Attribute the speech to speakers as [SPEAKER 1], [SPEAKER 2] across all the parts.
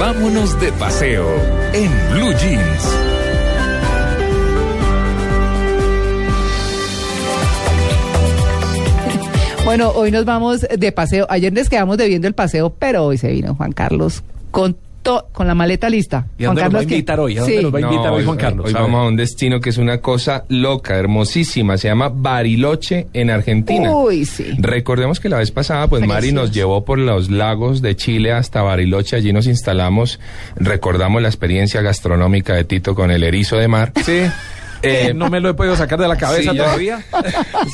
[SPEAKER 1] Vámonos de paseo en Blue Jeans.
[SPEAKER 2] Bueno, hoy nos vamos de paseo. Ayer les quedamos debiendo el paseo, pero hoy se vino Juan Carlos con to- con la maleta lista.
[SPEAKER 3] ¿Y a dónde
[SPEAKER 2] Juan
[SPEAKER 3] nos va a
[SPEAKER 2] Carlos, ¿qué?
[SPEAKER 3] invitar hoy? ¿A dónde
[SPEAKER 2] Sí.
[SPEAKER 3] nos va a invitar
[SPEAKER 4] No,
[SPEAKER 3] hoy Juan Carlos?
[SPEAKER 4] Hoy
[SPEAKER 3] A ver.
[SPEAKER 4] vamos a un destino que es una cosa loca, hermosísima. Se llama Bariloche en Argentina.
[SPEAKER 2] Uy, sí.
[SPEAKER 4] Recordemos que la vez pasada, pues
[SPEAKER 2] Precioso.
[SPEAKER 4] Mari nos llevó por los lagos de Chile hasta Bariloche. Allí nos instalamos, recordamos la experiencia gastronómica de Tito con el erizo de mar.
[SPEAKER 3] Sí.
[SPEAKER 4] Eh,
[SPEAKER 3] no me lo he podido sacar de la cabeza
[SPEAKER 4] Sí, yo-
[SPEAKER 3] todavía.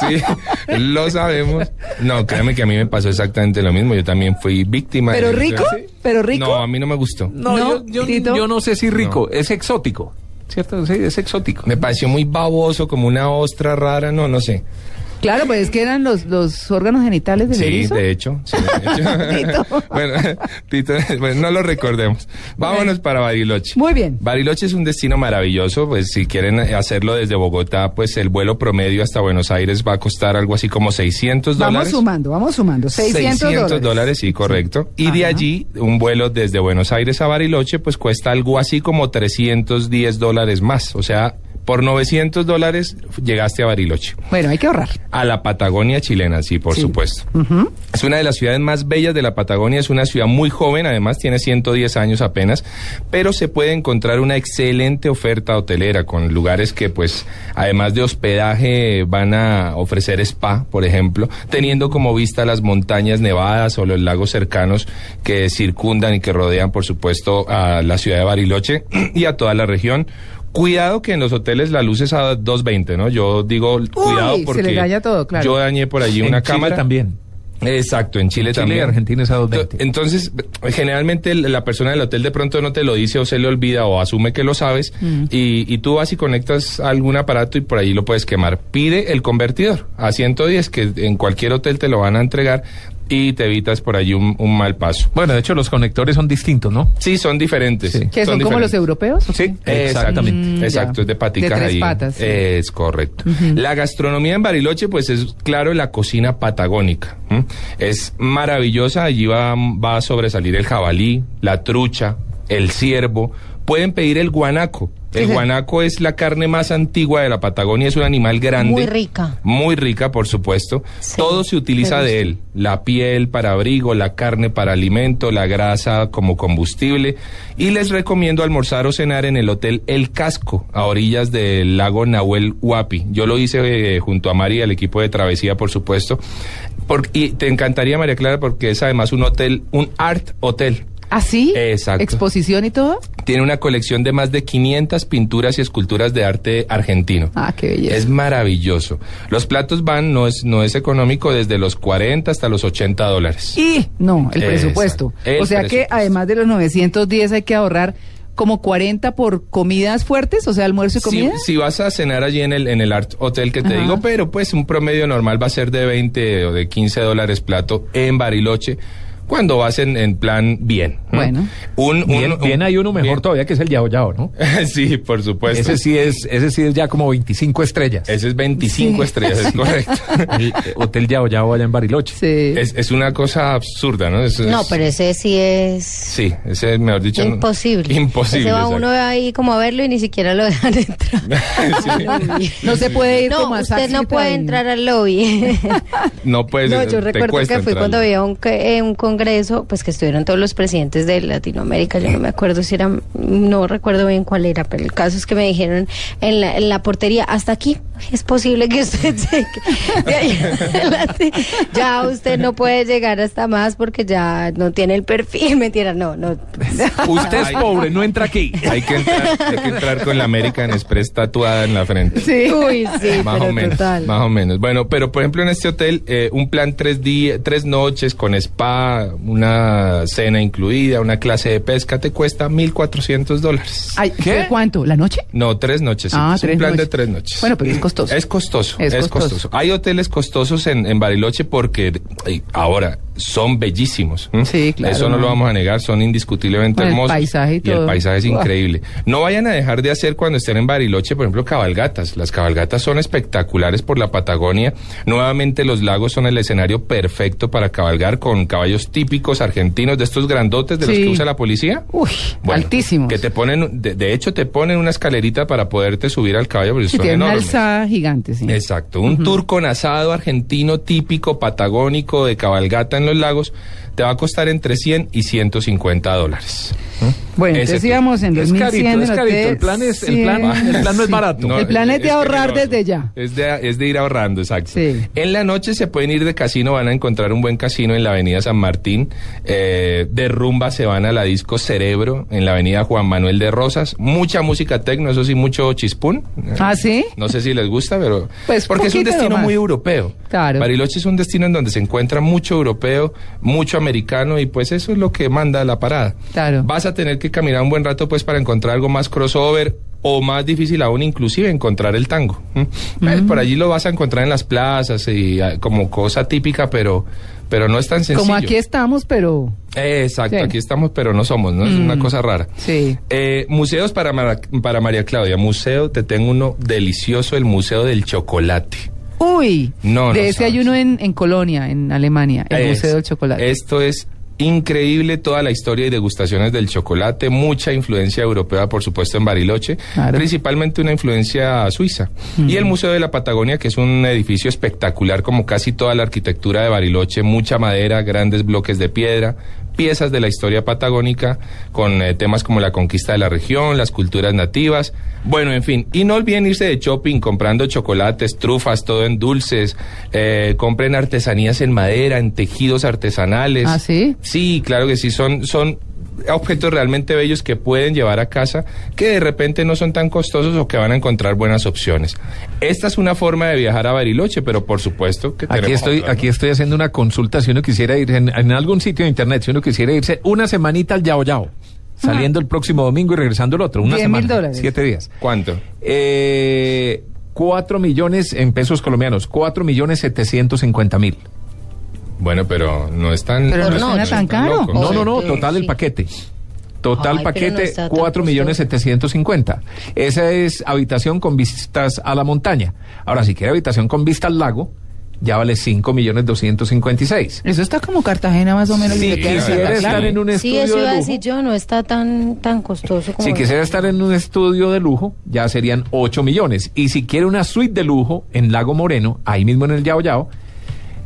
[SPEAKER 4] Sí, lo sabemos. No, créeme que a mí me pasó exactamente lo mismo. Yo también fui víctima. de-
[SPEAKER 2] Pero rico,
[SPEAKER 4] pues, Sí.
[SPEAKER 2] pero rico.
[SPEAKER 4] No, a mí no me gustó.
[SPEAKER 3] No,
[SPEAKER 2] No,
[SPEAKER 3] yo,
[SPEAKER 2] Tito.
[SPEAKER 3] yo, yo no sé si rico, es exótico. ¿Cierto? Sí, es exótico.
[SPEAKER 4] Me pareció muy baboso, como una ostra rara. No, no sé.
[SPEAKER 2] Claro, pues es que eran los, los órganos genitales del
[SPEAKER 4] Sí,
[SPEAKER 2] erizo.
[SPEAKER 4] de hecho. sí, de hecho.
[SPEAKER 2] Tito.
[SPEAKER 4] bueno, Tito, bueno, no lo recordemos. Vámonos para Bariloche.
[SPEAKER 2] Muy bien.
[SPEAKER 4] Bariloche es un destino maravilloso, pues si quieren eh, hacerlo desde Bogotá, pues el vuelo promedio hasta Buenos Aires va a costar algo así como 600
[SPEAKER 2] Vamos
[SPEAKER 4] dólares.
[SPEAKER 2] sumando, vamos sumando. 600, dólares.
[SPEAKER 4] sí, correcto. Y de
[SPEAKER 2] Ajá.
[SPEAKER 4] allí, un vuelo desde Buenos Aires a Bariloche, pues cuesta algo así como 310 dólares más. O sea, por 900 dólares llegaste a Bariloche.
[SPEAKER 2] Bueno, hay que ahorrar.
[SPEAKER 4] A la Patagonia chilena, sí, por supuesto. Es una de las ciudades más bellas de la Patagonia, es una ciudad muy joven, además tiene 110 años apenas, pero se puede encontrar una excelente oferta hotelera con lugares que pues además de hospedaje van a ofrecer spa, por ejemplo, teniendo como vista las montañas nevadas o los lagos cercanos que circundan y que rodean por supuesto a la ciudad de Bariloche y a toda la región. Cuidado que en los hoteles la luz es a 220, ¿no? Yo digo cuidado
[SPEAKER 2] se le
[SPEAKER 4] porque
[SPEAKER 2] daña todo, claro.
[SPEAKER 4] yo dañé por allí
[SPEAKER 3] En
[SPEAKER 4] una
[SPEAKER 3] Chile
[SPEAKER 4] cámara
[SPEAKER 3] también.
[SPEAKER 4] Exacto, en Chile,
[SPEAKER 3] Chile
[SPEAKER 4] también.
[SPEAKER 3] y Argentina es a 2.20.
[SPEAKER 4] Entonces, generalmente el- la persona del hotel de pronto no te lo dice o se le olvida o asume que lo sabes
[SPEAKER 2] Mm.
[SPEAKER 4] y, y tú vas y conectas algún aparato y por ahí lo puedes quemar. Pide el convertidor a 110 que en cualquier hotel te lo van a entregar y te evitas por allí un, un mal paso.
[SPEAKER 3] Bueno, de hecho, los conectores son distintos, ¿no?
[SPEAKER 4] Sí, Eh, son diferentes.
[SPEAKER 3] Sí.
[SPEAKER 2] Que son, como
[SPEAKER 4] diferentes.
[SPEAKER 2] los europeos.
[SPEAKER 3] Sí,
[SPEAKER 4] Exactamente.
[SPEAKER 2] Mm, ya.
[SPEAKER 4] Exacto, es de paticas
[SPEAKER 2] De tres
[SPEAKER 4] ahí.
[SPEAKER 2] patas, sí.
[SPEAKER 4] Es correcto. La gastronomía en Bariloche, pues es claro, la cocina patagónica. ¿m? Es maravillosa. Allí va, va a sobresalir el jabalí, la trucha, el ciervo. Pueden pedir el guanaco. El
[SPEAKER 2] Ujú.
[SPEAKER 4] guanaco es la carne más antigua de la Patagonia, es un animal grande.
[SPEAKER 5] Muy rica.
[SPEAKER 4] Muy rica, por supuesto. Todo se utiliza de él. La piel para abrigo, la carne para alimento, la grasa como combustible. Y les recomiendo almorzar o cenar en el hotel El Casco, a orillas del lago Nahuel Huapi. Yo lo hice eh, junto a María, el equipo de Travesía, por supuesto. Por- y te encantaría, María Clara, porque es además un hotel, un art hotel.
[SPEAKER 2] ¿Así?
[SPEAKER 4] Exacto.
[SPEAKER 2] ¿Ah, Exposición y todo.
[SPEAKER 4] Tiene una colección de más de 500 pinturas y esculturas de arte argentino.
[SPEAKER 2] Ah, qué belleza.
[SPEAKER 4] Es maravilloso. Los platos van, no es, no es económico, desde los 40 hasta los 80 dólares.
[SPEAKER 2] Y no, el
[SPEAKER 4] Exacto.
[SPEAKER 2] presupuesto.
[SPEAKER 4] El
[SPEAKER 2] o sea que
[SPEAKER 4] presupuesto.
[SPEAKER 2] además de los 910 hay que ahorrar como 40 por comidas fuertes, o sea, almuerzo y
[SPEAKER 4] Si,
[SPEAKER 2] comida.
[SPEAKER 4] si vas a cenar allí en el, en el Art Hotel que te
[SPEAKER 2] Ajá.
[SPEAKER 4] digo, pero pues un promedio normal va a ser de 20 o de 15 dólares plato en Bariloche cuando vas en, en plan bien. ¿no?
[SPEAKER 2] Bueno.
[SPEAKER 4] Un, un-
[SPEAKER 3] Bien,
[SPEAKER 4] un-
[SPEAKER 3] bien hay uno mejor
[SPEAKER 4] bien.
[SPEAKER 3] todavía que es el Yao Yao, ¿no?
[SPEAKER 4] sí, por supuesto.
[SPEAKER 3] Ese sí es, ese sí es ya como 25 estrellas.
[SPEAKER 4] Ese es 25 estrellas, es correcto.
[SPEAKER 3] El Hotel Yao Yao allá en Bariloche.
[SPEAKER 2] Sí.
[SPEAKER 4] Es, es una cosa absurda, ¿no? Es-
[SPEAKER 5] No,
[SPEAKER 4] es-
[SPEAKER 5] pero ese sí es
[SPEAKER 4] Sí, ese, mejor dicho... no-
[SPEAKER 5] imposible.
[SPEAKER 4] Imposible.
[SPEAKER 5] Ese va
[SPEAKER 4] exacto.
[SPEAKER 5] uno ahí como a verlo y ni siquiera lo dejan entrar.
[SPEAKER 4] Sí.
[SPEAKER 5] al lobby.
[SPEAKER 2] No se puede ir
[SPEAKER 5] No,
[SPEAKER 2] como a
[SPEAKER 5] usted
[SPEAKER 2] Saks
[SPEAKER 5] no
[SPEAKER 2] Fifth
[SPEAKER 5] puede
[SPEAKER 2] Avenue.
[SPEAKER 5] entrar al lobby.
[SPEAKER 4] No puedes.
[SPEAKER 5] no,
[SPEAKER 4] eh,
[SPEAKER 5] yo
[SPEAKER 4] te
[SPEAKER 5] recuerdo que
[SPEAKER 4] cuesta
[SPEAKER 5] fui
[SPEAKER 4] entrar.
[SPEAKER 5] cuando había un, que- eh, un congreso, pues que estuvieron todos los presidentes de Latinoamérica, yo no me acuerdo si era, no recuerdo bien cuál era, pero el caso es que me dijeron en la, en la portería, hasta aquí, es posible que usted se- que de ahí en adelante ya usted no puede llegar hasta más porque ya no tiene el perfil, mentira, no, no.
[SPEAKER 3] Usted es
[SPEAKER 4] Ay.
[SPEAKER 3] pobre, no entra aquí.
[SPEAKER 4] Hay que entrar, hay que entrar con la American Express tatuada en la frente.
[SPEAKER 2] Sí.
[SPEAKER 5] Uy, sí,
[SPEAKER 4] más
[SPEAKER 5] pero
[SPEAKER 4] o menos,
[SPEAKER 5] total.
[SPEAKER 4] más o menos. Bueno, pero por ejemplo en este hotel eh, un plan tres días, tres noches con spa, una cena incluida, una clase de pesca te cuesta 1.400 dólares.
[SPEAKER 2] Ay, ¿fue ¿Cuánto? ¿La noche?
[SPEAKER 4] No, tres noches.
[SPEAKER 2] Ah,
[SPEAKER 4] es un
[SPEAKER 2] tres
[SPEAKER 4] plan
[SPEAKER 2] noches.
[SPEAKER 4] de tres noches.
[SPEAKER 2] Bueno,
[SPEAKER 3] Mm.
[SPEAKER 2] pero es costoso.
[SPEAKER 4] Es costoso.
[SPEAKER 2] Es
[SPEAKER 4] Es,
[SPEAKER 2] costoso.
[SPEAKER 4] costoso. Hay hoteles costosos en, en Bariloche porque ay, ahora son bellísimos. ¿m?
[SPEAKER 2] Sí, claro.
[SPEAKER 4] Eso no lo vamos a negar. Son indiscutiblemente
[SPEAKER 2] Con el
[SPEAKER 4] hermosos.
[SPEAKER 2] paisaje y todo.
[SPEAKER 4] el paisaje es
[SPEAKER 2] Uah.
[SPEAKER 4] increíble. No vayan a dejar de hacer cuando estén en Bariloche, por ejemplo, cabalgatas. Las cabalgatas son espectaculares por la Patagonia. Nuevamente los lagos son el escenario perfecto para cabalgar con caballos típicos argentinos de estos grandotes de
[SPEAKER 2] Sí.
[SPEAKER 4] los que usa la policía.
[SPEAKER 2] Uy, altísimos.
[SPEAKER 4] Que te ponen, de, de hecho, te ponen una escalerita para poderte subir al caballo porque
[SPEAKER 2] Sí,
[SPEAKER 4] son
[SPEAKER 2] tiene una
[SPEAKER 4] enormes.
[SPEAKER 2] alzada gigante, sí.
[SPEAKER 4] Exacto, un tour con asado argentino típico patagónico de cabalgata en los lagos te va a costar entre 100 y 150 dólares.
[SPEAKER 2] Bueno,
[SPEAKER 4] Ese
[SPEAKER 2] entonces
[SPEAKER 4] tú.
[SPEAKER 2] íbamos en
[SPEAKER 3] Es
[SPEAKER 2] 2100
[SPEAKER 3] carito,
[SPEAKER 2] en
[SPEAKER 3] es carito.
[SPEAKER 2] hotel,
[SPEAKER 3] El plan es- el
[SPEAKER 2] sí,
[SPEAKER 3] plan- el plan no es
[SPEAKER 2] sí.
[SPEAKER 3] barato.
[SPEAKER 2] el plan es de ahorrar
[SPEAKER 4] peligroso.
[SPEAKER 2] desde ya.
[SPEAKER 4] Es de, es de ir ahorrando, exacto.
[SPEAKER 2] Sí.
[SPEAKER 4] En la noche se pueden ir de casino, van a encontrar un buen casino en la avenida San Martín. eh, de rumba se van a la disco Cerebro en la avenida Juan Manuel de Rosas. Mucha música tecno, eso sí, mucho chispún.
[SPEAKER 2] ¿Ah, sí?
[SPEAKER 4] No sé si les gusta, pero...
[SPEAKER 2] Pues
[SPEAKER 4] porque es un
[SPEAKER 2] poquito
[SPEAKER 4] destino
[SPEAKER 2] nomás.
[SPEAKER 4] muy europeo.
[SPEAKER 2] Claro.
[SPEAKER 4] Bariloche es un destino en donde se encuentra mucho europeo, mucho americano, y pues eso es lo que manda la parada.
[SPEAKER 2] Claro.
[SPEAKER 4] Vas a tener que caminar un buen rato pues para encontrar algo más crossover o más difícil aún inclusive encontrar el tango. ¿Mm? Pues, por allí lo vas a encontrar en las plazas y ah, como cosa típica, pero pero no es tan sencillo. Eh,
[SPEAKER 2] Como aquí estamos, pero
[SPEAKER 4] Exacto,
[SPEAKER 2] Sí. Mm.
[SPEAKER 4] aquí estamos, pero no somos, ¿no? Es una cosa rara.
[SPEAKER 2] Sí.
[SPEAKER 4] Eh, museos para, Mara- para María Claudia. Museo, te tengo uno delicioso, el Museo del Chocolate.
[SPEAKER 2] uy,
[SPEAKER 4] No,
[SPEAKER 2] de
[SPEAKER 4] no
[SPEAKER 2] ese
[SPEAKER 4] sabes.
[SPEAKER 2] hay uno en, en Colonia, en Alemania, el
[SPEAKER 4] Es-
[SPEAKER 2] Museo del Chocolate.
[SPEAKER 4] Esto es increíble toda la historia y degustaciones del chocolate, mucha influencia europea, por supuesto, en Bariloche,
[SPEAKER 2] Claro.
[SPEAKER 4] principalmente una influencia suiza. Y
[SPEAKER 2] Mm.
[SPEAKER 4] el Museo de la Patagonia, que es un edificio espectacular, como casi toda la arquitectura de Bariloche, mucha madera, grandes bloques de piedra piezas de la historia patagónica con eh, temas como la conquista de la región, las culturas nativas, bueno, en fin, y no olviden irse de shopping comprando chocolates, trufas, todo en dulces, eh, compren artesanías en madera, en tejidos artesanales.
[SPEAKER 2] ¿Ah, sí?
[SPEAKER 4] Sí, claro que sí, son, son objetos realmente bellos que pueden llevar a casa, que de repente no son tan costosos o que van a encontrar buenas opciones. Esta es una forma de viajar a Bariloche, pero por supuesto que
[SPEAKER 3] Aquí
[SPEAKER 4] tenemos
[SPEAKER 3] estoy,
[SPEAKER 4] otra, ¿no?
[SPEAKER 3] aquí estoy haciendo una consulta si uno quisiera ir en, en algún sitio de internet, si uno quisiera irse una semanita al Yao Yao, saliendo el próximo domingo y regresando el otro, una
[SPEAKER 2] 10.000
[SPEAKER 3] semana,
[SPEAKER 2] dólares.
[SPEAKER 3] siete días.
[SPEAKER 4] ¿Cuánto?
[SPEAKER 3] Eh, cuatro millones en pesos colombianos, cuatro millones setecientos cincuenta mil.
[SPEAKER 4] Bueno, pero no es tan...
[SPEAKER 2] Pero no
[SPEAKER 4] es-
[SPEAKER 2] suena
[SPEAKER 4] es
[SPEAKER 2] tan caro.
[SPEAKER 4] loco,
[SPEAKER 3] No,
[SPEAKER 5] Sí.
[SPEAKER 3] no, no,
[SPEAKER 5] Sí,
[SPEAKER 3] total el
[SPEAKER 5] sí.
[SPEAKER 3] paquete.
[SPEAKER 5] Ay, pero
[SPEAKER 3] Total
[SPEAKER 5] no
[SPEAKER 3] paquete,
[SPEAKER 5] está tan
[SPEAKER 3] cuatro millones
[SPEAKER 5] costoso.
[SPEAKER 3] setecientos cincuenta. Esa es habitación con vistas a la montaña. Ahora, si quiere habitación con vista al lago, ya vale cinco millones doscientos cincuenta y seis.
[SPEAKER 2] Eso está como Cartagena más o menos.
[SPEAKER 3] Si
[SPEAKER 2] y le queda
[SPEAKER 3] quisiera
[SPEAKER 2] cerca,
[SPEAKER 4] sí.
[SPEAKER 3] estar
[SPEAKER 2] claro.
[SPEAKER 3] en un
[SPEAKER 5] Sí,
[SPEAKER 3] estudio
[SPEAKER 5] eso
[SPEAKER 3] de
[SPEAKER 5] iba a
[SPEAKER 3] lujo,
[SPEAKER 5] decir yo, no está tan tan costoso como
[SPEAKER 3] si quisiera estar en un estudio de lujo, ya serían 8 millones. Y si quiere una suite de lujo en Lago Moreno, ahí mismo en el Yao Yao,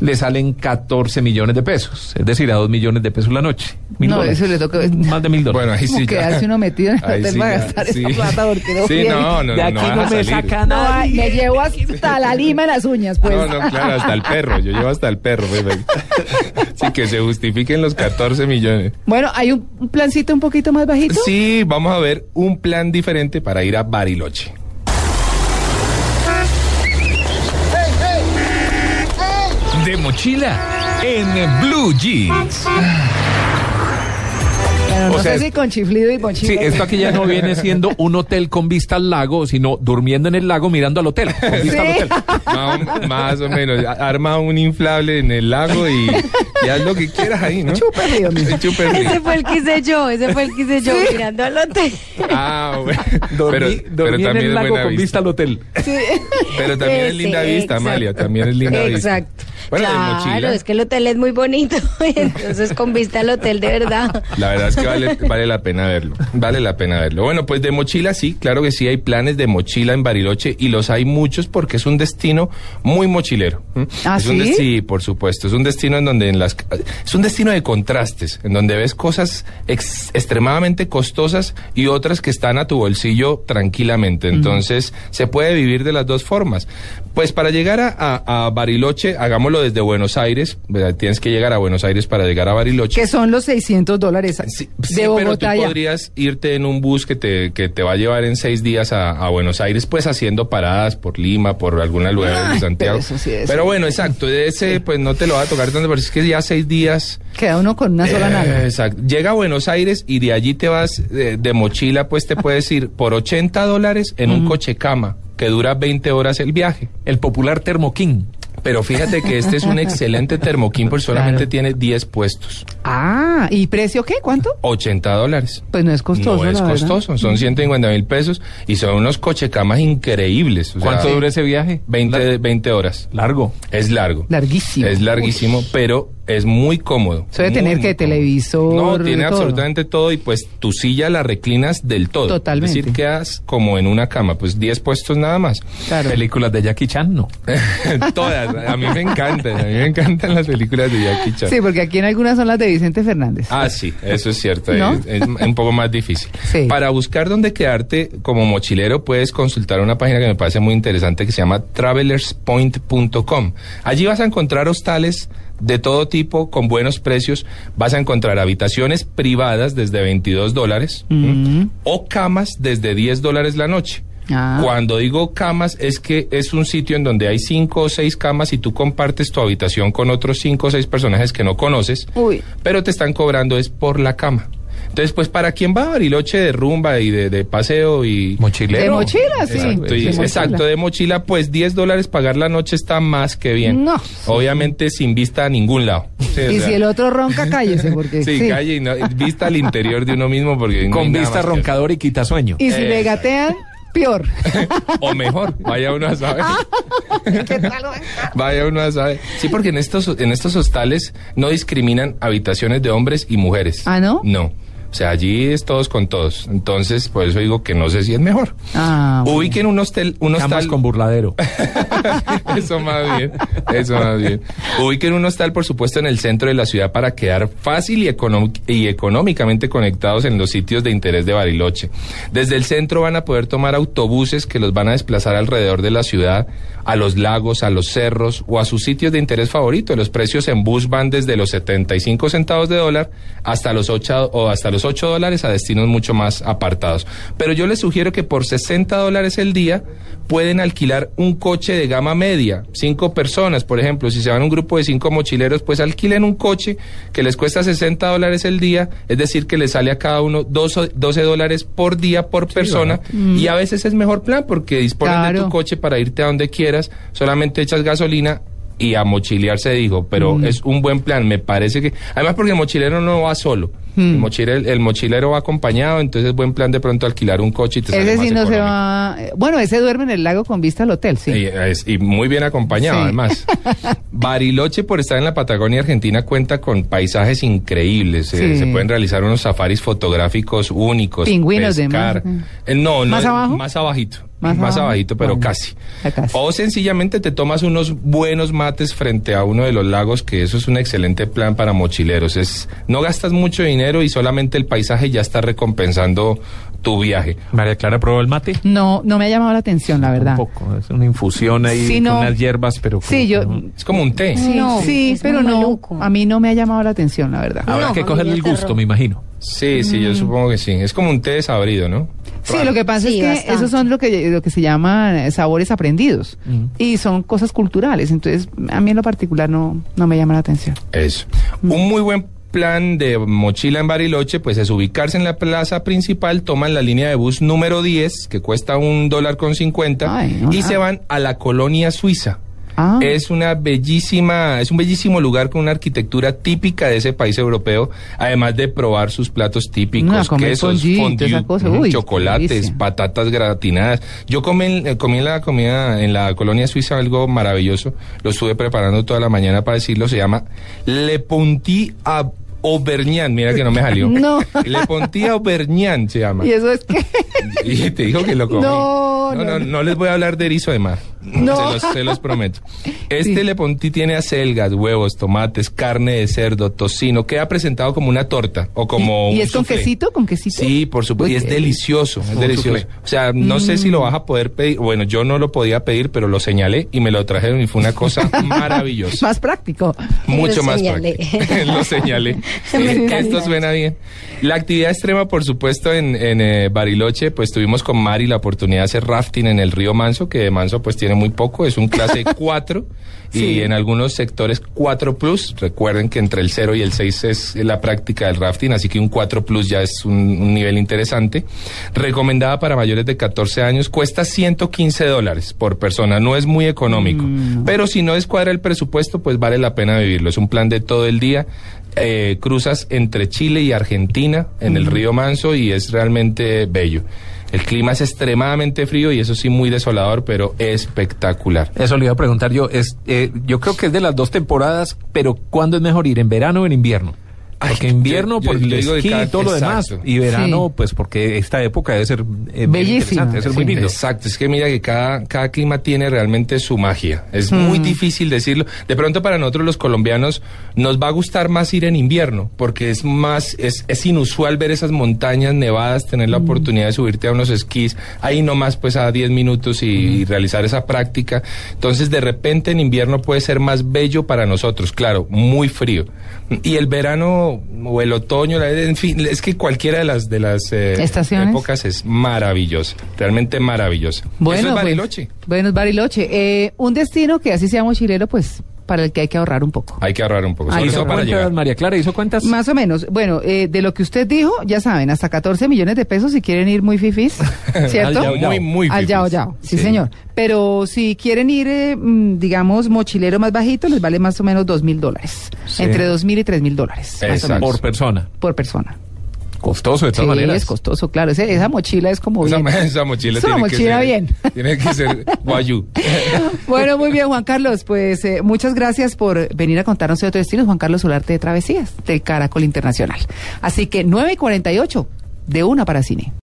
[SPEAKER 3] le salen 14 millones de pesos. Es decir, a 2 millones de pesos la noche. Mil
[SPEAKER 2] No,
[SPEAKER 3] dólares.
[SPEAKER 2] eso le toca-
[SPEAKER 3] Más de mil dólares.
[SPEAKER 4] Bueno, ahí
[SPEAKER 2] Como
[SPEAKER 4] sí ya.
[SPEAKER 2] quedarse uno metido en el
[SPEAKER 4] Ahí
[SPEAKER 2] hotel
[SPEAKER 4] sí
[SPEAKER 2] para
[SPEAKER 4] ya,
[SPEAKER 2] gastar
[SPEAKER 4] sí.
[SPEAKER 2] esa plata porque no
[SPEAKER 4] Sí,
[SPEAKER 2] viene.
[SPEAKER 4] no, no,
[SPEAKER 3] de
[SPEAKER 4] no,
[SPEAKER 3] aquí
[SPEAKER 4] van
[SPEAKER 3] no
[SPEAKER 4] a
[SPEAKER 3] me
[SPEAKER 4] salir.
[SPEAKER 3] sacan
[SPEAKER 2] No,
[SPEAKER 3] nadie.
[SPEAKER 2] ay, me llevo hasta la lima en las uñas, pues.
[SPEAKER 4] No, no, claro, hasta el perro. Yo llevo hasta el perro. perfecto. Sí, que se justifiquen los 14 millones.
[SPEAKER 2] Bueno, hay un un plancito un poquito más bajito.
[SPEAKER 4] Sí, vamos a ver un plan diferente para ir a Bariloche.
[SPEAKER 1] De mochila en Blue Jeans.
[SPEAKER 2] Pero no
[SPEAKER 3] o sea,
[SPEAKER 2] sé si con chiflido y con
[SPEAKER 3] Sí,
[SPEAKER 2] chiflido.
[SPEAKER 3] esto aquí ya no viene siendo un hotel con vista al lago, sino durmiendo en el lago mirando al hotel. Con vista al
[SPEAKER 2] Sí.
[SPEAKER 3] hotel.
[SPEAKER 4] Más o, más o menos. A- Arma un inflable en el lago y, y haz lo que quieras ahí, ¿no?
[SPEAKER 2] Chupa, Dios mío.
[SPEAKER 4] Sí, chupa, sí.
[SPEAKER 5] Ese fue el que hice yo, ese fue el que hice yo mirando al hotel.
[SPEAKER 4] Ah, bueno.
[SPEAKER 3] Dormí,
[SPEAKER 4] Pero,
[SPEAKER 3] dormí
[SPEAKER 4] pero
[SPEAKER 3] en
[SPEAKER 4] también
[SPEAKER 3] el
[SPEAKER 4] es
[SPEAKER 3] lago
[SPEAKER 4] buena
[SPEAKER 3] con vista
[SPEAKER 4] vista.
[SPEAKER 3] al hotel.
[SPEAKER 4] Pero también es
[SPEAKER 5] Sí,
[SPEAKER 4] linda
[SPEAKER 5] sí,
[SPEAKER 4] vista,
[SPEAKER 5] exacto.
[SPEAKER 4] Amalia. También es linda vista.
[SPEAKER 5] Exacto.
[SPEAKER 4] Bueno, de
[SPEAKER 5] claro,
[SPEAKER 4] mochila.
[SPEAKER 5] es que el hotel es muy bonito, entonces con vista al hotel de verdad.
[SPEAKER 4] La verdad es que vale, vale la pena verlo. Vale la pena verlo. Bueno, pues de mochila sí, claro que sí hay planes de mochila en Bariloche y los hay muchos porque es un destino destino muy mochilero. ¿m?
[SPEAKER 2] ¿Ah,
[SPEAKER 4] es un
[SPEAKER 2] sí?
[SPEAKER 4] desti- sí, por supuesto. Es un destino en donde en las es un destino de contrastes, en donde ves cosas ex- extremadamente costosas y otras que están a tu bolsillo tranquilamente. Entonces, se puede vivir de las dos formas. Pues para llegar a, a- a Bariloche, hagámoslo desde Buenos Aires. ¿verdad? Tienes que llegar a Buenos Aires para llegar a Bariloche.
[SPEAKER 2] Que son los 600 dólares
[SPEAKER 4] Sí, sí,
[SPEAKER 2] de
[SPEAKER 4] pero tú
[SPEAKER 2] Bogotá. ya.
[SPEAKER 4] podrías irte en un bus que te, que te va a llevar en seis días a, a Buenos Aires, pues haciendo paradas por Lima, por alguna lugar
[SPEAKER 2] Ay,
[SPEAKER 4] de Santiago.
[SPEAKER 2] pero eso sí es-
[SPEAKER 4] Pero bueno, exacto, de ese pues no te lo va a tocar tanto, pero es que ya seis días...
[SPEAKER 2] Queda uno con una sola
[SPEAKER 4] eh,
[SPEAKER 2] nalga.
[SPEAKER 4] exacto. Llega a Buenos Aires y de allí te vas eh, de mochila, pues te puedes ir por 80 dólares en un coche cama que dura 20 horas el viaje.
[SPEAKER 3] El popular termoquín.
[SPEAKER 4] Pero fíjate que este es un excelente termoquín porque solamente
[SPEAKER 2] Claro.
[SPEAKER 4] tiene 10 puestos.
[SPEAKER 2] Ah, ¿y precio qué? ¿Cuánto?
[SPEAKER 4] 80 dólares.
[SPEAKER 2] Pues no es costoso.
[SPEAKER 4] No es
[SPEAKER 2] la verdad. Mm.
[SPEAKER 4] costoso, son 150 mil pesos y son unos cochecamas increíbles. o sea,
[SPEAKER 3] ¿Cuánto dura ese viaje?
[SPEAKER 4] 20, 20 horas.
[SPEAKER 3] Largo.
[SPEAKER 4] Es largo.
[SPEAKER 2] Larguísimo.
[SPEAKER 4] Es larguísimo, pero es muy cómodo.
[SPEAKER 2] Eso debe
[SPEAKER 4] Muy,
[SPEAKER 2] tener
[SPEAKER 4] muy
[SPEAKER 2] que
[SPEAKER 4] cómodo.
[SPEAKER 2] televisor,
[SPEAKER 4] No, tiene
[SPEAKER 2] de todo.
[SPEAKER 4] absolutamente todo y pues tu silla la reclinas del todo.
[SPEAKER 2] Totalmente.
[SPEAKER 4] Es decir, quedas como en una cama, pues 10 puestos nada más.
[SPEAKER 2] Claro.
[SPEAKER 3] Películas de Jackie Chan, no.
[SPEAKER 4] Todas, a mí me encantan, a mí me encantan las películas de Jackie Chan.
[SPEAKER 2] Sí, porque aquí en algunas son las de Vicente Fernández.
[SPEAKER 4] Ah, sí, eso es cierto.
[SPEAKER 2] ¿No?
[SPEAKER 4] Es, es un poco más difícil.
[SPEAKER 2] Sí.
[SPEAKER 4] Para buscar dónde quedarte como mochilero, puedes consultar una página que me parece muy interesante que se llama travelerspoint.com. Allí vas a encontrar hostales de todo tipo con buenos precios. Vas a encontrar habitaciones privadas desde 22 dólares
[SPEAKER 2] Mm.
[SPEAKER 4] ¿m? o camas desde 10 dólares la noche.
[SPEAKER 2] Ah.
[SPEAKER 4] Cuando digo camas es que es un sitio en donde hay cinco o seis camas y tú compartes tu habitación con otros cinco o seis personajes que no conoces
[SPEAKER 2] Uy.
[SPEAKER 4] pero te están cobrando es por la cama. Entonces, pues, ¿para quién va a Bariloche de rumba y de, de paseo y...
[SPEAKER 3] Mochilero.
[SPEAKER 2] De mochila, sí.
[SPEAKER 4] Exacto, y-
[SPEAKER 2] De mochila.
[SPEAKER 4] exacto, de mochila, pues 10 dólares pagar la noche está más que bien.
[SPEAKER 2] No.
[SPEAKER 4] Obviamente sin vista a ningún lado. Sí, o
[SPEAKER 2] Y
[SPEAKER 4] sea,
[SPEAKER 2] si el otro ronca, cállese, porque
[SPEAKER 4] Sí,
[SPEAKER 2] sí.
[SPEAKER 4] calle y no- vista al interior de uno mismo porque... no hay
[SPEAKER 3] Con
[SPEAKER 4] nada
[SPEAKER 3] vista
[SPEAKER 4] más que
[SPEAKER 3] roncador y quitasueño.
[SPEAKER 2] Y si le
[SPEAKER 4] Exacto.
[SPEAKER 2] gatean, peor.
[SPEAKER 4] hacer. O mejor, vaya uno a saber. Vaya uno a saber. Sí, porque en estos, en estos hostales no discriminan habitaciones de hombres y mujeres.
[SPEAKER 2] ¿Ah, no?
[SPEAKER 4] No. O sea, allí es todos con todos. Entonces, por eso digo que no sé si es mejor.
[SPEAKER 2] Ah, bueno.
[SPEAKER 4] Ubiquen un hostel, un
[SPEAKER 3] Camas
[SPEAKER 4] hostal.
[SPEAKER 3] con burladero.
[SPEAKER 4] eso más bien, eso más bien. Ubiquen un hostal, por supuesto, en el centro de la ciudad para quedar fácil y, econom- y económicamente conectados en los sitios de interés de Bariloche. Desde el centro van a poder tomar autobuses que los van a desplazar alrededor de la ciudad, a los lagos, a los cerros o a sus sitios de interés favorito. Los precios en bus van desde los 75 centavos de dólar hasta los 8, o hasta los 8 dólares a destinos mucho más apartados. Pero yo les sugiero que por 60 dólares el día pueden alquilar un coche de gama media, cinco personas, por ejemplo, si se van un grupo de cinco mochileros, pues alquilen un coche que les cuesta 60 dólares el día, es decir, que les sale a cada uno 12, 12 dólares por día por persona, y a veces es mejor plan porque disponen de
[SPEAKER 2] Claro.
[SPEAKER 4] tu coche para irte a donde quieras, solamente echas gasolina y a mochilear se dijo, pero
[SPEAKER 2] Mm.
[SPEAKER 4] es un buen plan, me parece que, además porque el mochilero no va solo.
[SPEAKER 2] Mm.
[SPEAKER 4] El, mochilero, el mochilero va acompañado, entonces es buen plan de pronto alquilar un coche y te sale
[SPEAKER 2] Ese
[SPEAKER 4] más
[SPEAKER 2] sí no se
[SPEAKER 4] económico.
[SPEAKER 2] va. eh, Bueno, ese duerme en el lago con vista al hotel, sí.
[SPEAKER 4] Y, es- y muy bien acompañado,
[SPEAKER 2] Sí.
[SPEAKER 4] además. Bariloche, por estar en la Patagonia Argentina, cuenta con paisajes increíbles. Eh,
[SPEAKER 2] Sí.
[SPEAKER 4] se pueden realizar unos safaris fotográficos únicos.
[SPEAKER 2] Pingüinos de
[SPEAKER 4] pescar.
[SPEAKER 2] mar.
[SPEAKER 4] Eh, no, no.
[SPEAKER 2] ¿Más
[SPEAKER 4] eh,
[SPEAKER 2] abajo?
[SPEAKER 4] Más abajito.
[SPEAKER 2] Más
[SPEAKER 4] Más,
[SPEAKER 2] abajo.
[SPEAKER 4] abajito, pero
[SPEAKER 2] Bueno,
[SPEAKER 4] casi.
[SPEAKER 2] ya casi.
[SPEAKER 4] O sencillamente te tomas unos buenos mates frente a uno de los lagos, que eso es un excelente plan para mochileros. Es, no gastas mucho dinero y solamente el paisaje ya está recompensando tu viaje.
[SPEAKER 3] María Clara probó el mate.
[SPEAKER 2] No, no me ha llamado la atención, la verdad.
[SPEAKER 3] Un poco, es una infusión ahí
[SPEAKER 2] Sí, no.
[SPEAKER 3] con unas hierbas, pero como
[SPEAKER 2] Sí,
[SPEAKER 3] que
[SPEAKER 2] yo.
[SPEAKER 3] no.
[SPEAKER 4] Es como un té.
[SPEAKER 2] Sí,
[SPEAKER 5] No,
[SPEAKER 2] sí,
[SPEAKER 5] es
[SPEAKER 2] pero
[SPEAKER 5] muy
[SPEAKER 2] no.
[SPEAKER 5] maluco.
[SPEAKER 2] A mí no me ha llamado la atención, la verdad.
[SPEAKER 4] Ah,
[SPEAKER 3] Habrá
[SPEAKER 5] No,
[SPEAKER 3] que
[SPEAKER 5] familia
[SPEAKER 3] cogerle el gusto,
[SPEAKER 5] terror.
[SPEAKER 3] me imagino.
[SPEAKER 4] Sí, sí,
[SPEAKER 2] Mm.
[SPEAKER 4] yo supongo que sí. Es como un té desabrido, ¿no?
[SPEAKER 2] Sí, lo que pasa
[SPEAKER 5] Sí,
[SPEAKER 2] es que
[SPEAKER 5] bastante.
[SPEAKER 2] esos son lo que, lo que se llaman eh, sabores aprendidos y son cosas culturales, entonces a mí en lo particular no, no me llama la atención.
[SPEAKER 4] Eso.
[SPEAKER 2] Mm.
[SPEAKER 4] Un muy buen plan de mochila en Bariloche, pues es ubicarse en la plaza principal, toman la línea de bus número 10, que cuesta un dólar con 50,
[SPEAKER 2] Ay, no,
[SPEAKER 4] y
[SPEAKER 2] nada.
[SPEAKER 4] se van a la colonia suiza.
[SPEAKER 2] Ah.
[SPEAKER 4] Es una bellísima, es un bellísimo lugar con una arquitectura típica de ese país europeo, además de probar sus platos
[SPEAKER 2] No, a
[SPEAKER 4] típicos,
[SPEAKER 2] comer
[SPEAKER 4] quesos,
[SPEAKER 2] fondue,
[SPEAKER 4] fondue,
[SPEAKER 2] esa cosa,
[SPEAKER 4] mm,
[SPEAKER 2] uy,
[SPEAKER 4] chocolates,
[SPEAKER 2] qué delicia.
[SPEAKER 4] patatas gratinadas. Yo comí, en- eh, comí en la comida en la colonia suiza algo maravilloso. Lo estuve preparando toda la mañana para decirlo. Se llama Le Ponty a Auvergnan. Mira que no me salió.
[SPEAKER 2] No.
[SPEAKER 4] Le Ponty Auvergnan se llama.
[SPEAKER 2] ¿Y eso es que
[SPEAKER 4] Y te dijo que lo comí.
[SPEAKER 5] No,
[SPEAKER 4] no,
[SPEAKER 5] no,
[SPEAKER 4] no les voy a hablar de erizo de mar.
[SPEAKER 5] No.
[SPEAKER 4] Se, los, se los prometo. Este lepontí tiene acelgas, huevos, tomates, carne de cerdo, tocino. Queda presentado como una torta o como
[SPEAKER 2] ¿Y
[SPEAKER 4] un
[SPEAKER 2] es con
[SPEAKER 4] soufflé.
[SPEAKER 2] quesito? ¿Con quesito?
[SPEAKER 4] Sí, por supuesto. Y
[SPEAKER 2] Uy,
[SPEAKER 4] es
[SPEAKER 2] qué
[SPEAKER 4] delicioso, es
[SPEAKER 3] Un
[SPEAKER 4] delicioso.
[SPEAKER 3] soufflé.
[SPEAKER 4] O sea, no sé si lo
[SPEAKER 2] Mm.
[SPEAKER 4] vas a poder pedir. Bueno, yo no lo podía pedir, pero lo señalé y me lo trajeron y fue una cosa maravillosa.
[SPEAKER 2] Más práctico.
[SPEAKER 4] Mucho
[SPEAKER 5] Lo
[SPEAKER 4] más
[SPEAKER 5] señalé.
[SPEAKER 4] práctico. lo señalé.
[SPEAKER 5] Me
[SPEAKER 4] Eh,
[SPEAKER 5] encanta
[SPEAKER 4] Esto suena bien. La actividad extrema, por supuesto, en, en, eh, Bariloche, pues tuvimos con Mari la oportunidad de hacer rafting en el río Manso, que de Manso pues tiene muy poco, es un clase 4 y en algunos sectores 4 plus. Recuerden que entre el 0 y el 6 es la práctica del rafting, así que un 4 plus ya es un, un nivel interesante. Recomendada para mayores de 14 años, cuesta 115 dólares por persona, no es muy económico, pero si no descuadra el presupuesto, pues vale la pena vivirlo. Es un plan de todo el día, eh, cruzas entre Chile y Argentina en el río Manso y es realmente bello. El clima es extremadamente frío y eso sí muy desolador, pero espectacular.
[SPEAKER 3] Eso le iba a preguntar yo. Es, eh, yo creo que es de las dos temporadas, pero ¿cuándo es mejor ir? ¿En verano o en invierno? Porque invierno
[SPEAKER 4] yo- yo-
[SPEAKER 3] por el
[SPEAKER 4] yo digo de
[SPEAKER 3] esquí
[SPEAKER 4] cada-
[SPEAKER 3] y todo lo demás.
[SPEAKER 4] exacto.
[SPEAKER 3] Y verano,
[SPEAKER 2] Sí.
[SPEAKER 3] pues porque esta época debe ser eh, bien
[SPEAKER 2] Bellísima.
[SPEAKER 3] interesante, Debe ser muy
[SPEAKER 2] Sí.
[SPEAKER 3] lindo.
[SPEAKER 4] Exacto, es que mira que cada, cada clima tiene realmente su magia. Es muy difícil decirlo. De pronto para nosotros los colombianos nos va a gustar más ir en invierno, porque es más, es, es inusual ver esas montañas nevadas, tener la oportunidad de subirte a unos esquís, ahí nomás pues a 10 minutos y, y realizar esa práctica. Entonces de repente en invierno puede ser más bello para nosotros, claro, muy frío. Y el verano o el otoño, la- en fin, es que cualquiera de las, de las eh,
[SPEAKER 2] Estaciones.
[SPEAKER 4] épocas es maravillosa, realmente maravillosa.
[SPEAKER 2] Bueno,
[SPEAKER 4] Eso es
[SPEAKER 2] pues,
[SPEAKER 4] Bariloche.
[SPEAKER 2] bueno, es Bariloche. Eh, un destino que así seamos chileno, pues para el que hay que ahorrar un poco.
[SPEAKER 4] Hay que ahorrar un poco,
[SPEAKER 2] Hay
[SPEAKER 4] sobre
[SPEAKER 2] que
[SPEAKER 4] todo para
[SPEAKER 3] ¿Cuántas,
[SPEAKER 4] llegar.
[SPEAKER 3] María Clara, ¿hizo cuántas?
[SPEAKER 2] Más o menos. Bueno, eh, de lo que usted dijo, ya saben, hasta 14 millones de pesos si quieren ir muy fifís, ¿cierto?
[SPEAKER 3] Al Yao Yao.
[SPEAKER 4] Muy, muy
[SPEAKER 2] Al
[SPEAKER 4] fifís.
[SPEAKER 2] Yao Yao, sí,
[SPEAKER 4] Sí.
[SPEAKER 2] señor. Pero si quieren ir, eh, mm, digamos, mochilero más bajito, les vale más o menos dos mil dólares.
[SPEAKER 3] Sí.
[SPEAKER 2] Entre dos mil y tres mil dólares más o
[SPEAKER 4] Exacto.
[SPEAKER 2] menos,
[SPEAKER 3] Por persona.
[SPEAKER 2] por persona.
[SPEAKER 3] Costoso de
[SPEAKER 2] Sí,
[SPEAKER 3] todas maneras.
[SPEAKER 2] es costoso, claro. Ese- esa mochila es como
[SPEAKER 4] Esa,
[SPEAKER 2] bien.
[SPEAKER 4] esa mochila
[SPEAKER 2] Es una
[SPEAKER 4] tiene
[SPEAKER 2] mochila
[SPEAKER 4] que ser,
[SPEAKER 2] bien.
[SPEAKER 4] Tiene que ser guayú.
[SPEAKER 2] Bueno, muy bien, Juan Carlos. Pues eh, muchas gracias por venir a contarnos de otro destino, Juan Carlos Solarte de Travesías, del Caracol Internacional. Así que 9 y 48, de una para cine.